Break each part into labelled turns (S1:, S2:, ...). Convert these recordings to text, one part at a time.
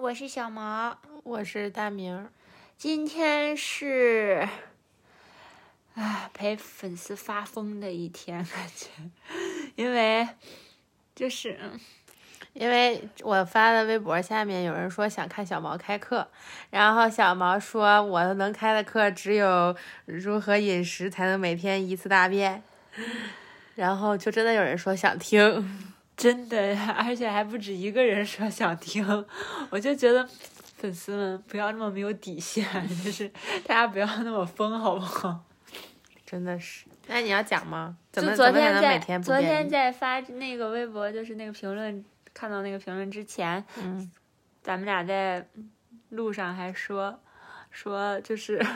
S1: 我是小毛。
S2: 我是大明儿，
S1: 今天是，啊，陪粉丝发疯的一天，感觉，因为就是嗯
S2: 因为我发的微博下面有人说想看小毛开课，然后小毛说我能开的课只有如何饮食才能每天一次大便，然后就真的有人说想听，
S1: 真的，而且还不止一个人说想听，我就觉得粉丝们不要那么没有底线，就是大家不要那么疯，好不 好？
S2: 真的是。那你要讲吗？怎
S1: 就
S2: 么
S1: 昨
S2: 怎么才
S1: 天
S2: 能
S1: 在
S2: 每天不
S1: 昨天
S2: 便秘？
S1: 在发那个微博，就是那个评论，看到那个评论之前，
S2: 嗯，
S1: 咱们俩在路上还说说就是。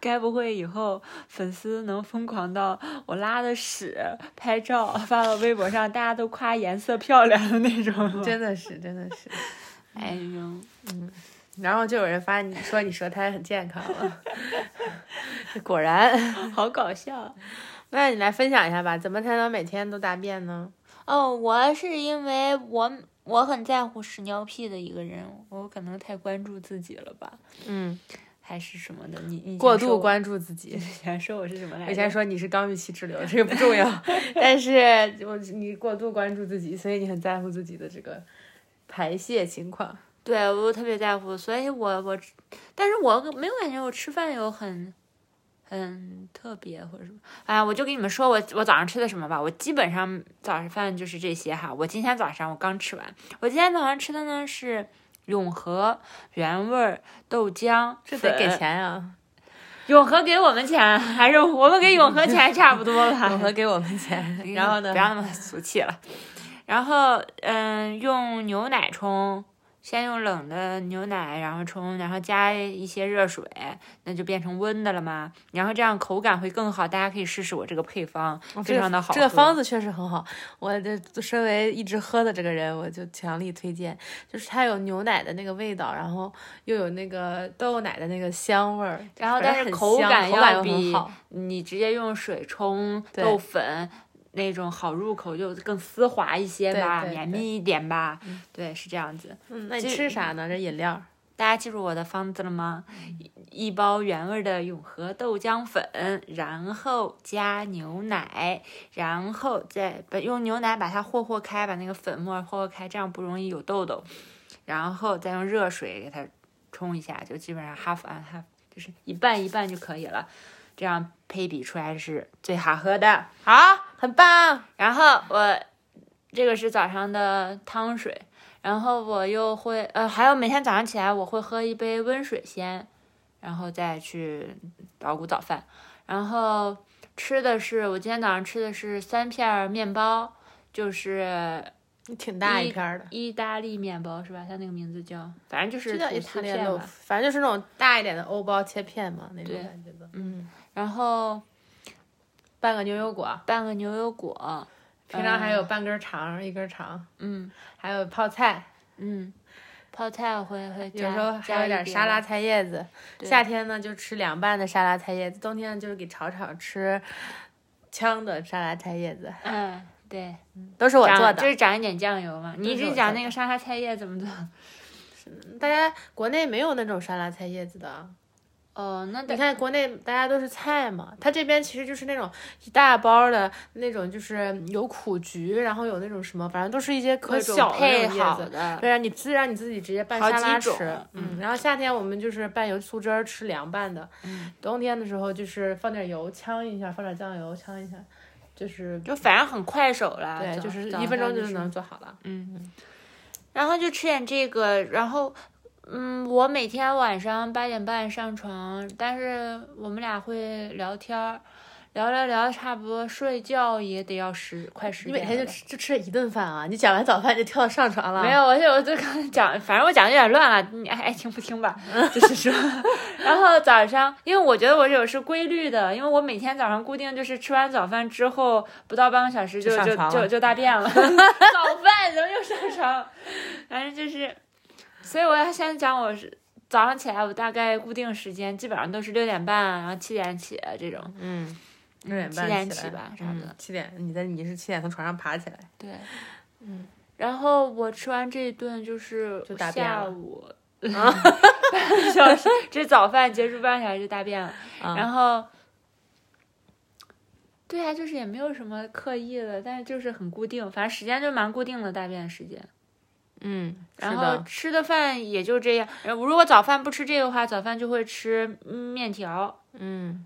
S1: 该不会以后粉丝能疯狂到我拉的屎拍照发到微博上，大家都夸颜色漂亮的那种吗？
S2: 真的是，真的是。
S1: 哎呦，
S2: 然后就有人发你说你舌苔很健康了， 果然。
S1: 好搞笑啊
S2: 那你来分享一下吧，怎么才能每天都大便呢？
S1: 哦！我是因为我我很在乎屎尿屁的一个人，我可能太关注自己了吧，
S2: 嗯，
S1: 还是什么的？你你以前
S2: 过
S1: 说
S2: 度
S1: 我
S2: 关注自己。
S1: 以前说我是什么来
S2: 我
S1: 着？
S2: 以前说你是刚预期滞留，这个不 重要，但是我你过度关注自己，所以你很在乎自己的这个排泄情况。
S1: 对我特别在乎，所以我我，但是我没有感觉我吃饭有很很特别或者什么。哎呀，我就跟你们说我我早上吃的什么吧，我基本上早上饭就是这些哈。我今天早上我刚吃完，我今天早上吃的呢是永和原味儿豆浆
S2: 这
S1: 粉，
S2: 得给钱啊！
S1: 永和给我们钱，还是我们给永和钱差不多了。
S2: 永 和给我们 钱，然后呢
S1: 哎不？要那么俗气了。然后，嗯，用牛奶冲，先用冷的牛奶，然后冲，然后加一些热水，那就变成温的了嘛。然后这样口感会更好，大家可以试试我这个配方，非常的好
S2: 哦这个
S1: 喝
S2: 方子确实很好，我这身为一直喝的这个人，我就强力推荐。就是它有牛奶的那个味道，然后又有那个豆奶的那个香味儿，
S1: 然后但是
S2: 反正很
S1: 口
S2: 香
S1: 感
S2: 口感
S1: 要
S2: 又很
S1: 比
S2: 好。
S1: 你直接用水冲
S2: 对
S1: 豆粉那种好入口，就更丝滑一些
S2: 对
S1: 吧，
S2: 对
S1: 绵
S2: 对
S1: 密一点吧。对，是这样子。
S2: 嗯，那你
S1: 这
S2: 吃啥呢？这饮料儿
S1: 大家记住我的方子了吗？一一包原味的永和豆浆粉，然后加牛奶，然后再把用牛奶把它和和开，把那个粉末和和开，这样不容易有痘痘。然后再用热水给它冲一下，就基本上 half and half，就是一半一半就可以了。这样配比出来是最好喝的。
S2: 好，很棒。
S1: 然后我这个是早上的汤水，然后我又会呃，还有每天早上起来我会喝一杯温水先，然后再去捣鼓早饭。然后吃的是我今天早上吃的是三片儿面包，就是
S2: 挺大一片儿的，
S1: 意大利面包是吧？它那个名字叫，反正就
S2: 这
S1: 是
S2: 叫
S1: 吐
S2: 意
S1: 司
S2: 大利
S1: 片
S2: 豆
S1: 吧
S2: 腐，。反正就是那种大一点的欧包切片嘛，那种
S1: 对
S2: 感觉的。
S1: 嗯，然后
S2: 半个牛油果，嗯
S1: 半个牛油果，
S2: 平常还有半根肠，一根肠，
S1: 嗯
S2: 还有泡菜，
S1: 嗯，泡菜我会会加
S2: 有时候还
S1: 加
S2: 有
S1: 一
S2: 点沙拉菜叶子。
S1: 对
S2: 夏天呢就吃凉拌的沙拉菜叶子，冬天呢就是给炒炒吃。�呛的沙拉菜叶子
S1: 嗯对。
S2: 都是我
S1: 长
S2: 做
S1: 就
S2: 的，
S1: 是长一点酱油嘛。你一
S2: 是
S1: 直
S2: 我
S1: 讲
S2: 做
S1: 那个沙拉菜叶怎么做？
S2: 大家国内没有那种沙拉菜叶子的。啊
S1: 哦，那得
S2: 你看国内大家都是菜嘛，它这边其实就是那种一大包的那种，就是有苦菊，然后有那种什么，反正都是一些可
S1: 各种
S2: 小的那
S1: 配
S2: 种叶
S1: 好
S2: 子。
S1: 的。
S2: 对啊，你自让你自己直接拌
S1: 好
S2: 沙拉
S1: 几
S2: 吃
S1: 种，
S2: 嗯，然后夏天我们就是拌油醋汁儿吃凉拌的，
S1: 嗯
S2: 冬天的时候就是放点油呛一下，放点酱油呛一下，就是
S1: 就反正很快手啦，
S2: 对，
S1: 早
S2: 就是
S1: 早
S2: 一分
S1: 上
S2: 钟
S1: 就
S2: 就是能做好了。
S1: 嗯，然后就吃点这个，然后，嗯，我每天晚上八点半上床，但是我们俩会聊天儿，聊聊聊，差不多睡觉也得要十快十
S2: 你
S1: 点
S2: 每
S1: 了吧。
S2: 天就吃啊就吃一顿饭啊？你讲完早饭就跳到上床了？
S1: 没，有，我就我就刚讲，反正我讲的有点乱了，你爱爱听不听吧，就是说，然后早上，因为我觉得我这有是规律的，因为我每天早上固定就是吃完早饭之后不到半个小时就
S2: 就上
S1: 就
S2: 床
S1: 就
S2: 了
S1: 就大便 了，早饭怎么又上床？反正就是，所以我要先讲我是。早上起来，我大概固定时间基本上都是六点半，然后七点起这种。
S2: 嗯，六点
S1: 七
S2: 半
S1: 点
S2: 起
S1: 起
S2: 来
S1: 吧差不多
S2: 嗯七点，你在你是七点从床上爬起来。
S1: 对，嗯。然后我吃完这一顿就是
S2: 就大便
S1: 下
S2: 了
S1: 午 半个小时，这早饭结束半个小时就大便了。
S2: 啊
S1: 然后，对啊，就是也没有什么刻意的，但是就是很固定，反正时间就蛮固定的大便时间。
S2: 嗯，
S1: 然
S2: 是
S1: 后
S2: 的，
S1: 吃的饭也就这样。然后如果早饭不吃这个的话，早饭就会吃嗯面条。
S2: 嗯。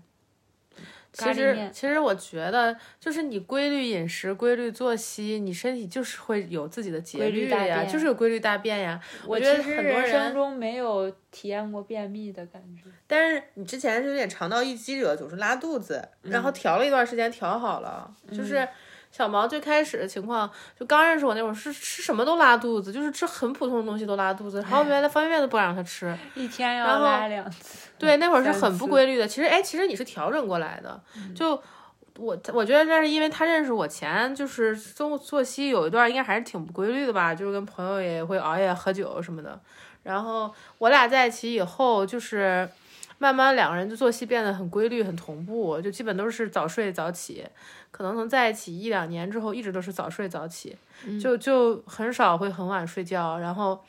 S1: 咖
S2: 其
S1: 喱
S2: 实
S1: 面，
S2: 其实我觉得，就是你规律饮食、规律作息，你身体就是会有自己的节
S1: 规律
S2: 律
S1: 大
S2: 的呀，
S1: 便
S2: 就是有规律大便呀。我
S1: 我
S2: 觉
S1: 其
S2: 得
S1: 实
S2: 很多
S1: 人生
S2: 人
S1: 中没有体验过便秘的感觉。
S2: 但是你之前是有点肠道易激惹，总是拉肚子，
S1: 嗯
S2: 然后调了一段时间，调好了，就是。小毛最开始的情况，就刚认识我那会儿是吃什么都拉肚子，就是吃很普通的东西都拉肚子，然后
S1: 哎
S2: 原来方便面都不让他吃，
S1: 一天
S2: 然
S1: 要
S2: 后
S1: 拉两次。
S2: 对，那会儿是
S1: 三
S2: 很不
S1: 次嗯
S2: 规律的。其实，哎，其实你是调整过来的。就我，我觉得那是因为他认识我前，就是作作息有一段应该还是挺不规律的吧，就是跟朋友也会熬夜喝酒什么的。然后我俩在一起以后，就是慢慢两个人就作息变得很规律、很同步，就基本都是早睡早起。可能从在一起一两年之后，一直都是早睡早起，
S1: 嗯
S2: 就就很少会很晚睡觉。然后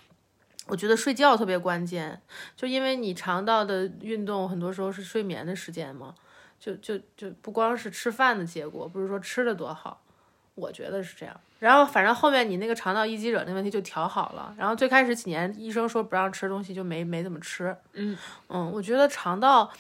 S2: 我觉得睡觉特别关键，就因为你肠道的运动很多时候是睡眠的时间嘛，就就就不光是吃饭的结果，不是说吃的多好，我觉得是这样。然后反正后面你那个肠道易激惹那问题就调好了，然后最开始几年医生说不让吃东西就没没怎么吃，
S1: 嗯
S2: 嗯，我觉得肠道。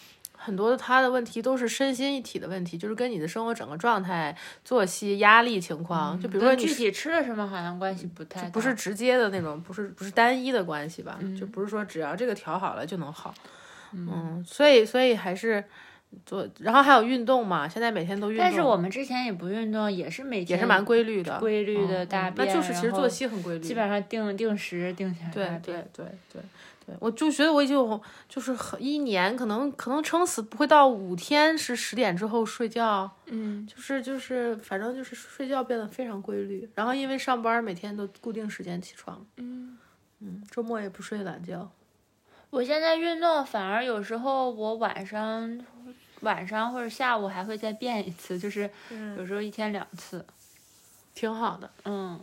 S2: 很多它的问题都是身心一体的问题，就是跟你的生活整个状态、作息、压力情况，就比如说
S1: 跟
S2: 你
S1: 具体吃了什么好像关系不太大嗯
S2: 不是直接的那种，不是不是单一的关系吧？就不是说只要这个调好了就能好。嗯，所以所以还是做，然后还有运动嘛，现在每天都运动，
S1: 但是我们之前也不运动，也是每天
S2: 也是蛮规律的，
S1: 规律的大
S2: 嗯
S1: 便
S2: 那就是其实
S1: 然后
S2: 作息很规律，
S1: 基本上定定时定下来大
S2: 对
S1: 便。
S2: 对对对对，我就觉得我已经有就是很一年可能可能撑死不会到五天是十点之后睡觉，
S1: 嗯，
S2: 就是就是反正就是睡觉变得非常规律，然后因为上班每天都固定时间起床，
S1: 嗯
S2: 嗯，周末也不睡懒觉，
S1: 我现在运动反而有时候我晚上晚上或者下午还会再变一次，就是有时候一天两次。
S2: 挺好的。
S1: 嗯，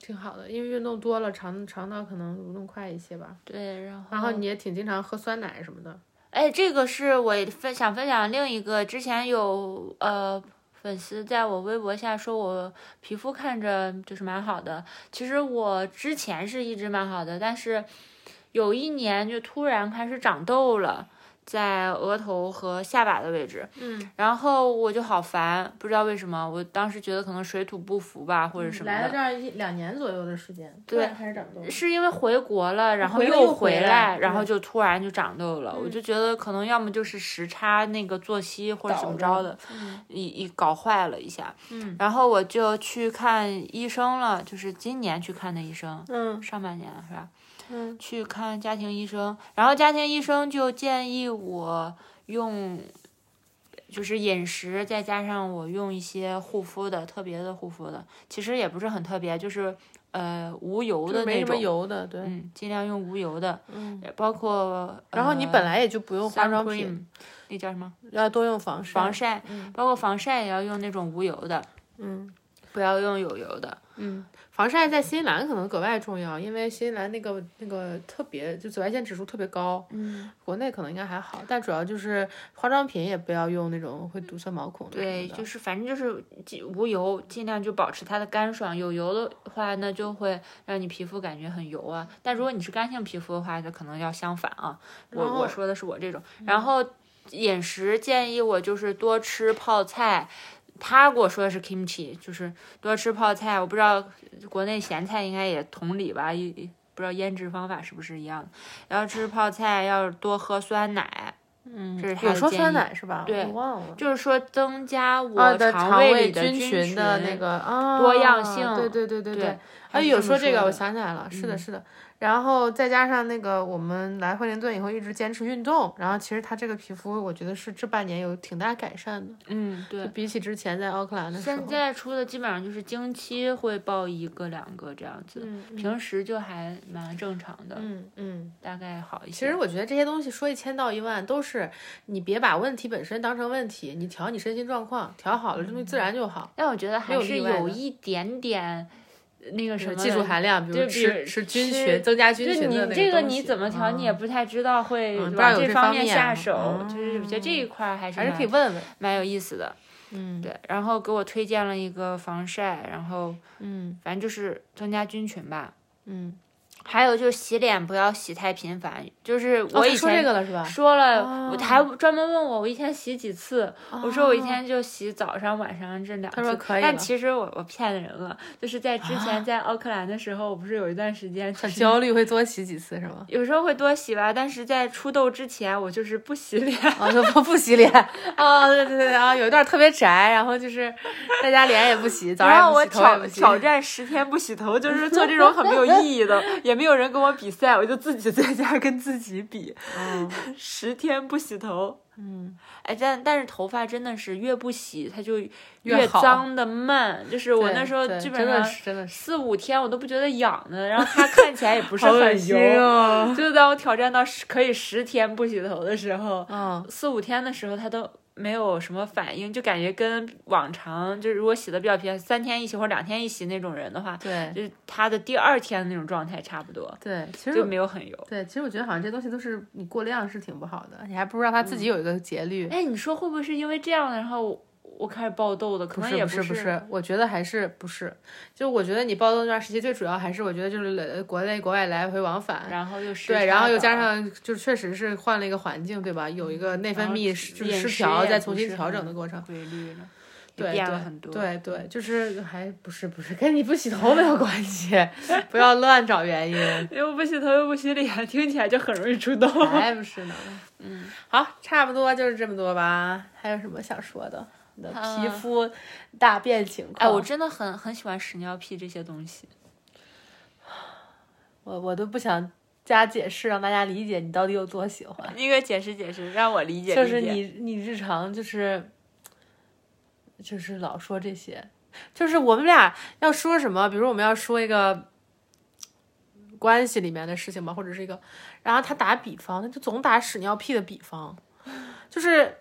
S2: 挺好的，因为运动多了，肠肠道可能蠕动快一些吧。
S1: 对，然后
S2: 然后你也挺经常喝酸奶什么的，
S1: 哎，这个是我分想分享另一个，之前有呃粉丝在我微博下说我皮肤看着就是蛮好的，其实我之前是一直蛮好的，但是有一年就突然开始长痘了。在额头和下巴的位置，
S2: 嗯，
S1: 然后我就好烦，不知道为什么，我当时觉得可能水土不服吧，或者什么
S2: 嗯来了
S1: 的
S2: 这，儿一两年左右的时间，突
S1: 对
S2: 然开始长痘。
S1: 是因为回国了，然后
S2: 回了
S1: 又
S2: 又回
S1: 回
S2: 来
S1: 然后
S2: 对嗯
S1: 就突然就长痘了。我就觉得可能要么就是时差那个作息或者怎么着的，一一搞坏了一下。
S2: 嗯，
S1: 然后我就去看医生了，就是今年去看的医生，
S2: 嗯
S1: 上半年是吧？
S2: 嗯
S1: 去看家庭医生，然后家庭医生就建议我用。就是饮食，再加上我用一些护肤的特别的护肤的，其实也不是很特别，就是呃无油
S2: 就是
S1: 的那
S2: 没什么
S1: 种。
S2: 油的，对。
S1: 嗯，尽量用无油的，
S2: 嗯，
S1: 呃包括
S2: 然后你本
S1: 来
S2: 来也就不用化妆品，
S1: 那叫什么
S2: 要多用防晒。
S1: 防晒，
S2: 嗯
S1: 包括防晒也要用那种无油的，
S2: 嗯
S1: 不要用有油的。
S2: 嗯，防晒在新西兰可能格外重要，因为新西兰那个那个特别就紫外线指数特别高，
S1: 嗯，
S2: 国内可能应该还好，但主要就是化妆品也不要用那种会堵塞毛孔的什么的。
S1: 对，就是反正就是尽无油，尽量就保持它的干爽。有油的话，那就会让你皮肤感觉很油啊。但如果你是干性皮肤的话，就可能要相反啊。我
S2: 然后嗯
S1: 我说的是我这种，然后饮食建议我就是多吃泡菜。他给我说的是 kimchi，就是多吃泡菜。我不知道国内咸菜应该也同理吧，一不知道腌制方法是不是一样的。要吃泡菜，要多喝酸奶，
S2: 嗯，
S1: 这是他
S2: 有
S1: 的
S2: 说
S1: 建
S2: 酸
S1: 议
S2: 奶是吧？
S1: 对
S2: 我忘了。
S1: 就是说增加我
S2: 啊的
S1: 肠
S2: 胃
S1: 里
S2: 菌
S1: 菌
S2: 的那个啊
S1: 多样性
S2: 对对对对
S1: 对
S2: 对。
S1: 他
S2: 哎，
S1: 是
S2: 有
S1: 这么
S2: 说这
S1: 说
S2: 个，我
S1: 的嗯
S2: 想起来了，是的，是的。然后再加上那个，我们来惠灵顿以后一直坚持运动，然后其实他这个皮肤，我觉得是这半年有挺大改善的，
S1: 嗯，对
S2: 就。比起之前在奥克兰的时候
S1: 现。在出的基本上就是经期会报一个两个这样子，
S2: 嗯嗯
S1: 平时就还蛮正常的，
S2: 嗯嗯，
S1: 大概好一些。
S2: 其实我觉得这些东西说一千道一万，都是你别把问题本身当成问题，你
S1: 嗯
S2: 调你身心状况，调好了，这东西自然就好。
S1: 但我觉得还
S2: 有
S1: 是
S2: 例外
S1: 有
S2: 的
S1: 一点点那个什
S2: 什
S1: 么
S2: 么技术含量，比
S1: 就
S2: 如
S1: 比
S2: 吃
S1: 如
S2: 吃菌
S1: 吃
S2: 群，增加菌
S1: 就
S2: 群的那
S1: 你这
S2: 个
S1: 个
S2: 东西
S1: 你怎么调，你也
S2: 嗯
S1: 不太知道会
S2: 嗯不
S1: 往
S2: 知道有
S1: 这
S2: 这
S1: 方
S2: 方
S1: 面
S2: 面
S1: 下
S2: 啊
S1: 手，
S2: 嗯
S1: 就是我觉得这一块儿还是
S2: 还是可以
S1: 蛮
S2: 问问。
S1: 蛮有意思的。
S2: 嗯
S1: 对，然后给我推荐了一个防晒，然后
S2: 嗯
S1: 反正就是增加菌群吧。
S2: 嗯，
S1: 还有就是洗脸不要洗太频繁，就是
S2: 哦
S1: 我
S2: 他
S1: 以
S2: 说这
S1: 前
S2: 个了是吧？
S1: 说了，
S2: 哦
S1: 我还专门问我我一天洗几次，我说我一
S2: 哦
S1: 天就洗早上晚上这两次。
S2: 他说可以
S1: 但
S2: 了啊
S1: 其实我我骗人了，就是在之前在奥克兰的时候，我不是有一段时间、就是、
S2: 很焦虑，会多洗几次是吗？
S1: 有时候会多洗吧，但是在出痘之前，我就是不洗 脸。
S2: 啊，就不不洗脸啊，对对对啊，有一段特别宅，然后就是在家脸也不洗，早
S1: 然
S2: 上
S1: 后我
S2: 也不洗，头
S1: 挑
S2: 也不洗。
S1: 挑战十天不洗头，就是做这种很没有意义的， 也没有人跟我比赛，我就自己在家跟自己比，
S2: 嗯
S1: 十天不洗头。
S2: 嗯，
S1: 哎，但但是头发真的是越不洗它就
S2: 越好
S1: 脏的慢，就是我
S2: 对
S1: 那时候
S2: 对
S1: 基本
S2: 真的
S1: 上
S2: 是真的是
S1: 四五天我都不觉得痒的，然后它看起来也不是
S2: 好恶
S1: 很
S2: 心
S1: 油。
S2: 哦。
S1: 就当我挑战到十可以十天不洗头的时候，
S2: 嗯，
S1: 四五天的时候，它都没有什么反应，就感觉跟往常就是如果洗的比较频，三天一洗或者两天一洗那种人的话，
S2: 对
S1: 就是他的第二天的那种状态差不多，
S2: 对，其
S1: 就
S2: 实
S1: 没有很油。
S2: 对，其实我觉得好像这东西都是你过量是挺不好的，你还不如让它自
S1: 嗯
S2: 己有一个节律。
S1: 哎，你说会不会是因为这样，然后我我开始爆痘的？可
S2: 不
S1: 能
S2: 是
S1: 也
S2: 不是
S1: 不
S2: 不，是，我觉得还是不是，就我觉得你暴动那段时期最主要还是我觉得就是呃国内国外来回往返，
S1: 然后又时
S2: 对，然
S1: 差
S2: 后又
S1: 导
S2: 加上就是确实是换了一个环境，对吧？有一个内分
S1: 然后
S2: 泌失就是
S1: 饮
S2: 失
S1: 食
S2: 调，
S1: 也
S2: 再
S1: 不
S2: 重新
S1: 是
S2: 调整
S1: 很
S2: 的过程。
S1: 规律了，也
S2: 对
S1: 变了
S2: 对
S1: 很多。
S2: 对对，就是还不是不是跟你不洗头没有关系， 不要乱找原因，
S1: 又不洗头又不洗脸，听起来就很容易出痘。
S2: 才 不是呢。嗯，好，差不多就是这么多吧。还有什么想说的？你的皮
S1: 嗯
S2: 肤大变情
S1: 哎，
S2: 况，
S1: 我真的很很喜欢屎尿屁这些东西。
S2: 我我都不想加解释，让大家理解你到底有多喜欢。
S1: 你给解释解释，让我理解
S2: 就
S1: 理
S2: 是
S1: 解
S2: 你你日常就是就是老说这些，就是我们俩要说什么，比如我们要说一个关系里面的事情吧，或者是一个，然后他打比方，他就总打屎尿屁的比方，就是。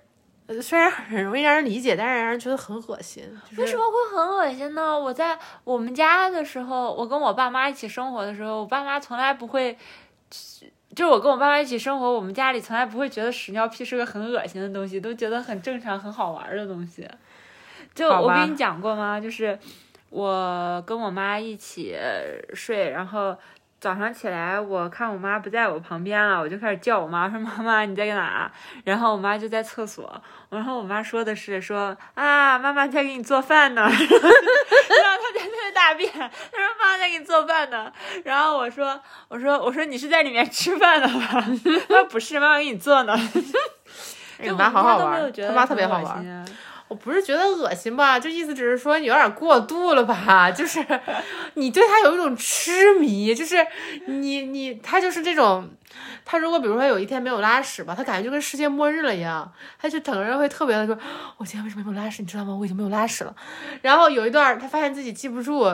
S2: 呃虽然很容易让人理解，但是让人觉得很恶心。就是、
S1: 为什么会很恶心呢？我在我们家的时候，我跟我爸妈一起生活的时候，我爸妈从来不会，就是我跟我爸妈一起生活，我们家里从来不会觉得屎尿屁是个很恶心的东西，都觉得很正常、很好玩的东西。就
S2: 好
S1: 我
S2: 吧
S1: 跟你讲过吗？就是我跟我妈一起呃睡，然后早上起来，我看我妈不在我旁边了，我就开始叫我妈，说 妈妈你在哪儿？然后我妈就在厕所，然后我妈说的是说啊，妈妈在给你做饭呢，然后 她在那大便，她说 妈妈在给你做饭呢，然后我说我说我说你是在里面吃饭呢吧？ 她说不是，妈妈给你 做呢。
S2: 你妈好好玩
S1: 就我们家都没有觉
S2: 儿，他
S1: 得
S2: 妈特
S1: 很
S2: 别好
S1: 恶
S2: 玩儿
S1: 心。啊。
S2: 我不是觉得恶心吧，就意思只是说你有点过度了吧， 就是你对他有一种痴迷，就是你你他就是这种，他如果比如说有一天没有拉屎吧，他感觉就跟世界末日了一样，他就整个人会特别的说，我今天为什么没有拉屎，你知道吗？我已经没有拉屎了。然后有一段儿他发现自己记不住。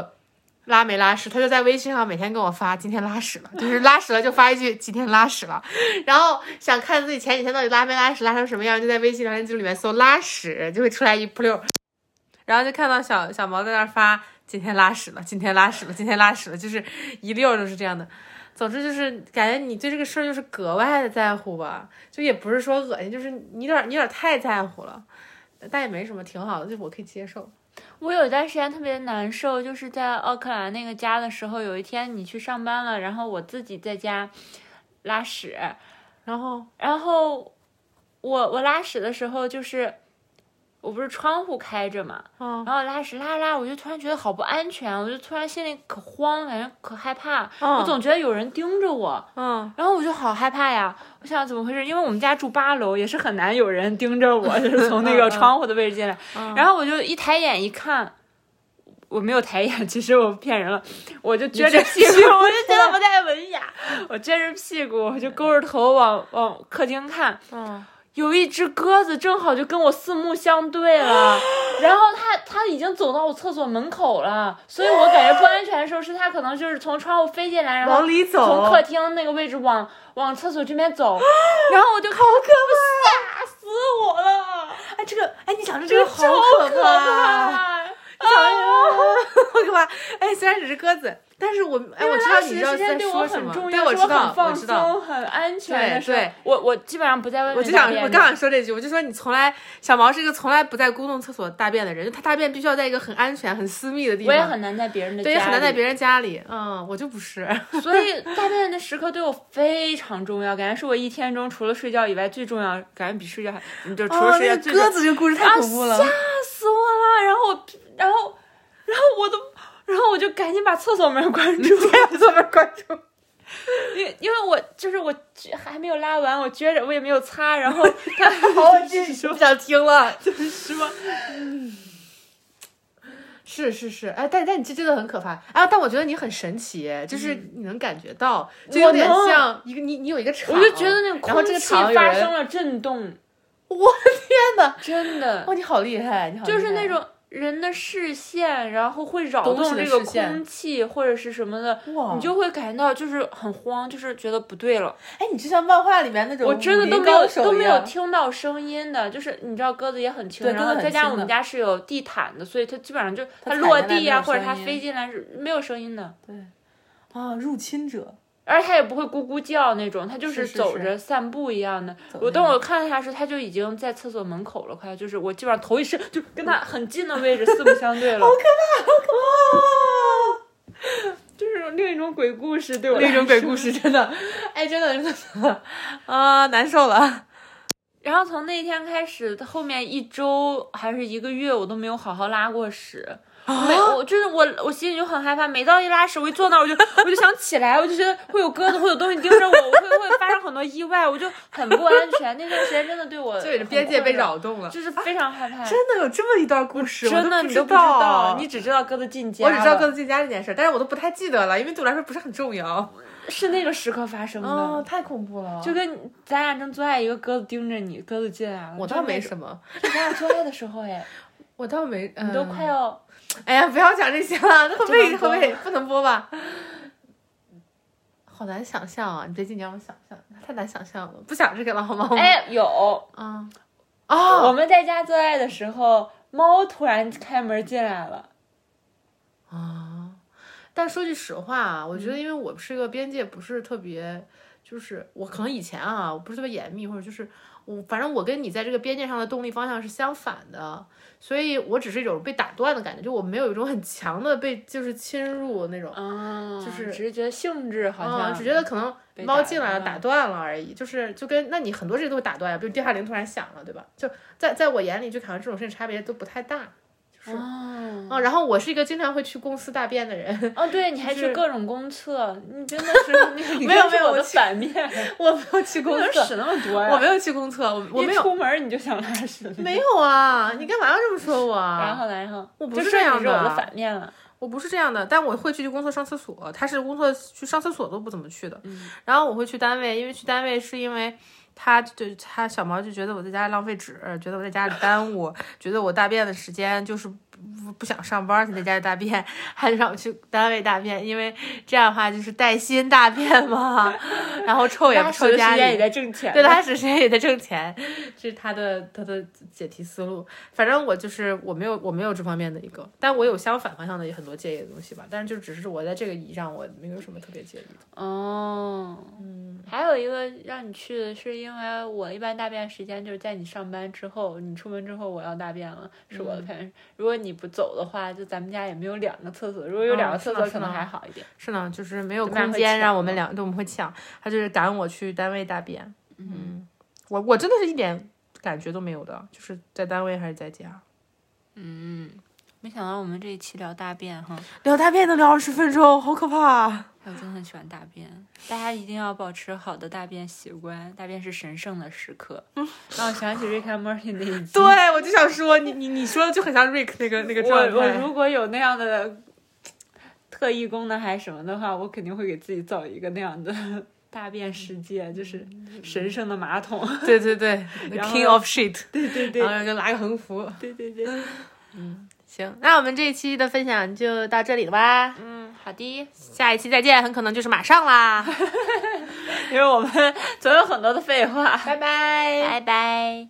S2: 拉没拉屎，他就在微信上每天跟我发今天拉屎了，就是拉屎了就发一句今天拉屎了，然后想看自己前几天到底拉没拉屎，拉成什么样，就在微信聊天记录里面搜拉屎，就会出来一扑溜，然后就看到小小毛在那儿发今天拉屎了，今天拉屎了，今天拉屎了，就是一溜儿都是这样的。总之就是感觉你对这个事儿就是格外的在乎吧，就也不是说恶心，就是你有点你有点太在乎了，但也没什么，挺好的，就我可以接受。
S1: 我有一段时间特别难受，就是在奥克兰那个家的时候，有一天你去上班了，然后我自己在家拉屎，
S2: 然后
S1: 然后我我拉屎的时候就是。我不是窗户开着嘛，
S2: 嗯
S1: 然后拉屎拉拉，我就突然觉得好不安全，我就突然心里可慌，感觉可害怕，
S2: 嗯
S1: 我总觉得有人盯着我，
S2: 嗯，
S1: 然后我就好害怕呀，我想怎么回事？因为我们家住八楼，也是很难有人盯着我，就是从那个窗户的位置进来。然后我就一抬眼一看，我没有抬眼，其实我骗人了，我就撅着屁股， 我就觉得不太文雅，我撅着屁股，我就勾着头往往客厅看，
S2: 嗯，
S1: 有一只鸽子正好就跟我四目相对 了，然后它它已经走到我厕所门口了，所以我感觉不安全的时候是它可能就是从窗户飞进来，然后
S2: 往里走
S1: 从客厅那个位置往往厕所这边 走，然后我就好可怕，吓死我了，
S2: 哎，这个哎，你讲这
S1: 这
S2: 个
S1: 个
S2: 好
S1: 超可
S2: 怕。我干嘛？哎，虽然只是鸽子，但是我哎，我知道你知道在
S1: 对我
S2: 说什
S1: 很
S2: 么，
S1: 重
S2: 但
S1: 要，
S2: 我
S1: 是
S2: 知道
S1: 很，
S2: 我
S1: 放
S2: 知道。
S1: 松、很安全的
S2: 对
S1: 时候
S2: 对
S1: 我我基本上不在外面
S2: 我就想，
S1: 大便
S2: 我
S1: 的
S2: 刚想说这句，我就说你从来小毛是一个从来不在公共厕所大便的人，就他大便必须要在一个很安全、很私密的地
S1: 我
S2: 方，
S1: 也很难在别人的
S2: 对，也很难在
S1: 人，
S2: 别人家里。嗯，我就不是，
S1: 所以大便的时刻对我非常重要，感觉是我一天中除了睡觉以外最重要，感觉比睡觉还嗯 就除了睡觉
S2: 哦那
S1: 最
S2: 个
S1: 重要
S2: 鸽子这个故事太恐怖了。
S1: 啊吓死我了！然后我，然后，然后我都，然后我就赶紧把厕所门关住，厕所门关住。因为因为我就是我撅还没有拉完，我撅着我也没有擦，然后他
S2: 好， 这是不想听了。
S1: 是吗？
S2: 是是是，哎，但但你这真的很可怕啊！但我觉得你很神奇，就是你能感觉到，就有点
S1: 嗯我能
S2: 像一个你你有一个场，
S1: 我就觉得那个
S2: 然后
S1: 空
S2: 这个
S1: 气
S2: 场有
S1: 发
S2: 人
S1: 生了震动，
S2: 我天哪！
S1: 真的
S2: 哇，你好厉害，你好厉害，
S1: 就是那种人的视线，然后会扰
S2: 东西
S1: 动
S2: 的
S1: 这个
S2: 视线哦
S1: 空气或者是什么的，
S2: 哇，
S1: 你就会感觉到就是很慌，就是觉得不对了。
S2: 哎，你就像漫画里面那种
S1: 我真的
S2: 武
S1: 都
S2: 林
S1: 没有
S2: 高手
S1: 都没
S2: 一
S1: 有
S2: 样
S1: 听到声音的，就是你知道鸽子也很轻，
S2: 对
S1: 然
S2: 鸽
S1: 后
S2: 子很
S1: 再加上
S2: 轻
S1: 我们
S2: 的
S1: 家是有地毯的，所以它基本上就
S2: 它踩
S1: 落
S2: 下来
S1: 地
S2: 没
S1: 呀、
S2: 有
S1: 或者
S2: 声
S1: 它
S2: 音
S1: 飞进来是没有声音的，
S2: 啊，入侵者，
S1: 而且它也不会咕咕叫那种，它就是
S2: 是
S1: 走
S2: 是
S1: 着散步一样的。
S2: 走
S1: 我
S2: 那
S1: 当
S2: 个
S1: 我看它时，它就已经在厕所门口了，快就是我基本上头一伸就跟它很近的位置，四目相 对了，
S2: 哇
S1: 就是另一种鬼故事对我
S2: 那
S1: 来
S2: 种鬼
S1: 说
S2: 故事真的，哎，真的真的真的啊，难受了。
S1: 然后从那天开始，后面一周还是一个月，我都没有好好拉过屎。
S2: 啊
S1: 每我就是我，我心里就很害怕。每到一拉屎，我一坐那儿，我就我就想起来，我就觉得会有鸽子，会有东西盯着我，我会会发生很多意外，我就很不安全。那段时间真的对 我
S2: 对，
S1: 很
S2: 边界被
S1: 困扰，
S2: 扰动了，
S1: 就是非常害怕。
S2: 真的有这么一段故事，
S1: 真的
S2: 我
S1: 你
S2: 都
S1: 都
S2: 不
S1: 不知道，你
S2: 你
S1: 只知道鸽子进家
S2: 我
S1: 了，
S2: 只知道鸽子进家这件事，但是我都不太记得了，因为对我来说不是很重要。
S1: 是那个时刻发生的，
S2: 哦，太恐怖了！
S1: 就跟咱俩正做爱，一个鸽子盯着你，鸽子进来了。
S2: 我
S1: 就
S2: 倒
S1: 那
S2: 没
S1: 种，
S2: 什么，
S1: 就咱俩做爱的时候，哎，
S2: 我倒没，嗯、
S1: 你都快要。
S2: 哎呀，不要讲这些了，会被
S1: 能
S2: 会
S1: 播
S2: 被不能播吧？好难想象啊！你别尽量我想象，太难想象了，不想这个了好吗？，
S1: 哎，有，
S2: 嗯，
S1: 我
S2: 哦，
S1: 们在家做爱的时候，猫突然开门进来了。
S2: 啊，但说句实话啊，我觉得因为我是一个边界不是特别，就是我可能以前啊，我不是特别严密，或者就是我反正我跟你在这个边界上的动力方向是相反的，所以我只是一种被打断的感觉，就我没有一种很强的被就是侵入那种。
S1: 啊
S2: 就是
S1: 只是哦觉得性质好
S2: 啊，
S1: 像
S2: 只觉得可能
S1: 被
S2: 猫
S1: 打
S2: 进来了，嗯
S1: 断
S2: 打断了而已，就是就跟那你很多事情都会打断呀，比如电话铃突然响了，对吧？就在在我眼里，就好像这种事情差别都不太大，就是
S1: 哦
S2: 啊。然后我是一个经常会去公司大便的 人，
S1: 哦，对，你还
S2: 就
S1: 去
S2: 是
S1: 各种公厕，你真的是 那个你
S2: 没有
S1: 真是
S2: 没有
S1: 我
S2: 我
S1: 的
S2: 去
S1: 反面，
S2: 我没有去公
S1: 不能
S2: 厕，
S1: 屎那么多呀！
S2: 我没有去公厕，我我
S1: 一
S2: 没有
S1: 出门你就想拉屎，
S2: 没有啊，你干嘛要这么说我
S1: 然
S2: 啊？
S1: 后然后
S2: 我不
S1: 就是说
S2: 这样
S1: 你是我
S2: 的
S1: 的反面了。
S2: 我不是这样的，但我会去公厕上厕所，他是公厕去上厕所都不怎么去的。
S1: 嗯
S2: 然后我会去单位，因为去单位是因为他就他小毛就觉得我在家浪费纸，觉得我在家里耽误，觉得我大便的时间就是不不想上班，才在家里大便，还得让我去单位大便，因为这样的话就是带薪大便嘛， 然后臭也不
S1: 拉屎
S2: 臭
S1: 的
S2: 家
S1: 时间
S2: 里
S1: 也。在挣钱，
S2: 对，他只是也在挣钱，这是他的他的解题思路。反正我就是我没有我没有这方面的一个，但我有相反方向的也很多介意的东西吧。但是就只是我在这个意义上我没有什么特别介意的。
S1: 哦，嗯，还有一个让你去的是因为我一般大便时间就是在你上班之后，你出门之后我要大便了，是我的排便。如果你不走的话，就咱们家也没有两个厕所，如果有
S2: 嗯
S1: 两个
S2: 是
S1: 厕
S2: 呢
S1: 所
S2: 是
S1: 可能
S2: 呢
S1: 还好一点。
S2: 是呢，就是没有
S1: 你们俩
S2: 空
S1: 会
S2: 间
S1: 抢
S2: 让我们
S1: 吗
S2: 两对我们会抢，他就是赶我去单位大便。嗯，我我真的是一点感觉都没有的，就是在单位还是在家
S1: 没想到我们这一期聊大便哈，
S2: 聊大便能聊二十分钟，好可怕啊！
S1: 哎，我真的很喜欢大便，大家一定要保持好的大便习惯，大便是神圣的时 刻。让我想起 Rick and Morty 那一集。
S2: 对，我就想说你你你说的就很像 Rick 那个那个
S1: 我
S2: 状态。
S1: 我如果有那样的特异功能还是什么的话，我肯定会给自己造一个那样的 大便世界，就是神圣的马桶。
S2: 对对对
S1: 然
S2: ，King
S1: 后
S2: of shit，
S1: 对对对
S2: 然后就拉个横幅。
S1: 对对对，
S2: 行，那我们这一期的分享就到这里了吧，
S1: 嗯，好的。
S2: 下一期再见，很可能就是马上啦，
S1: 因为我们总有很多的废话。
S2: 拜拜。
S1: 拜拜。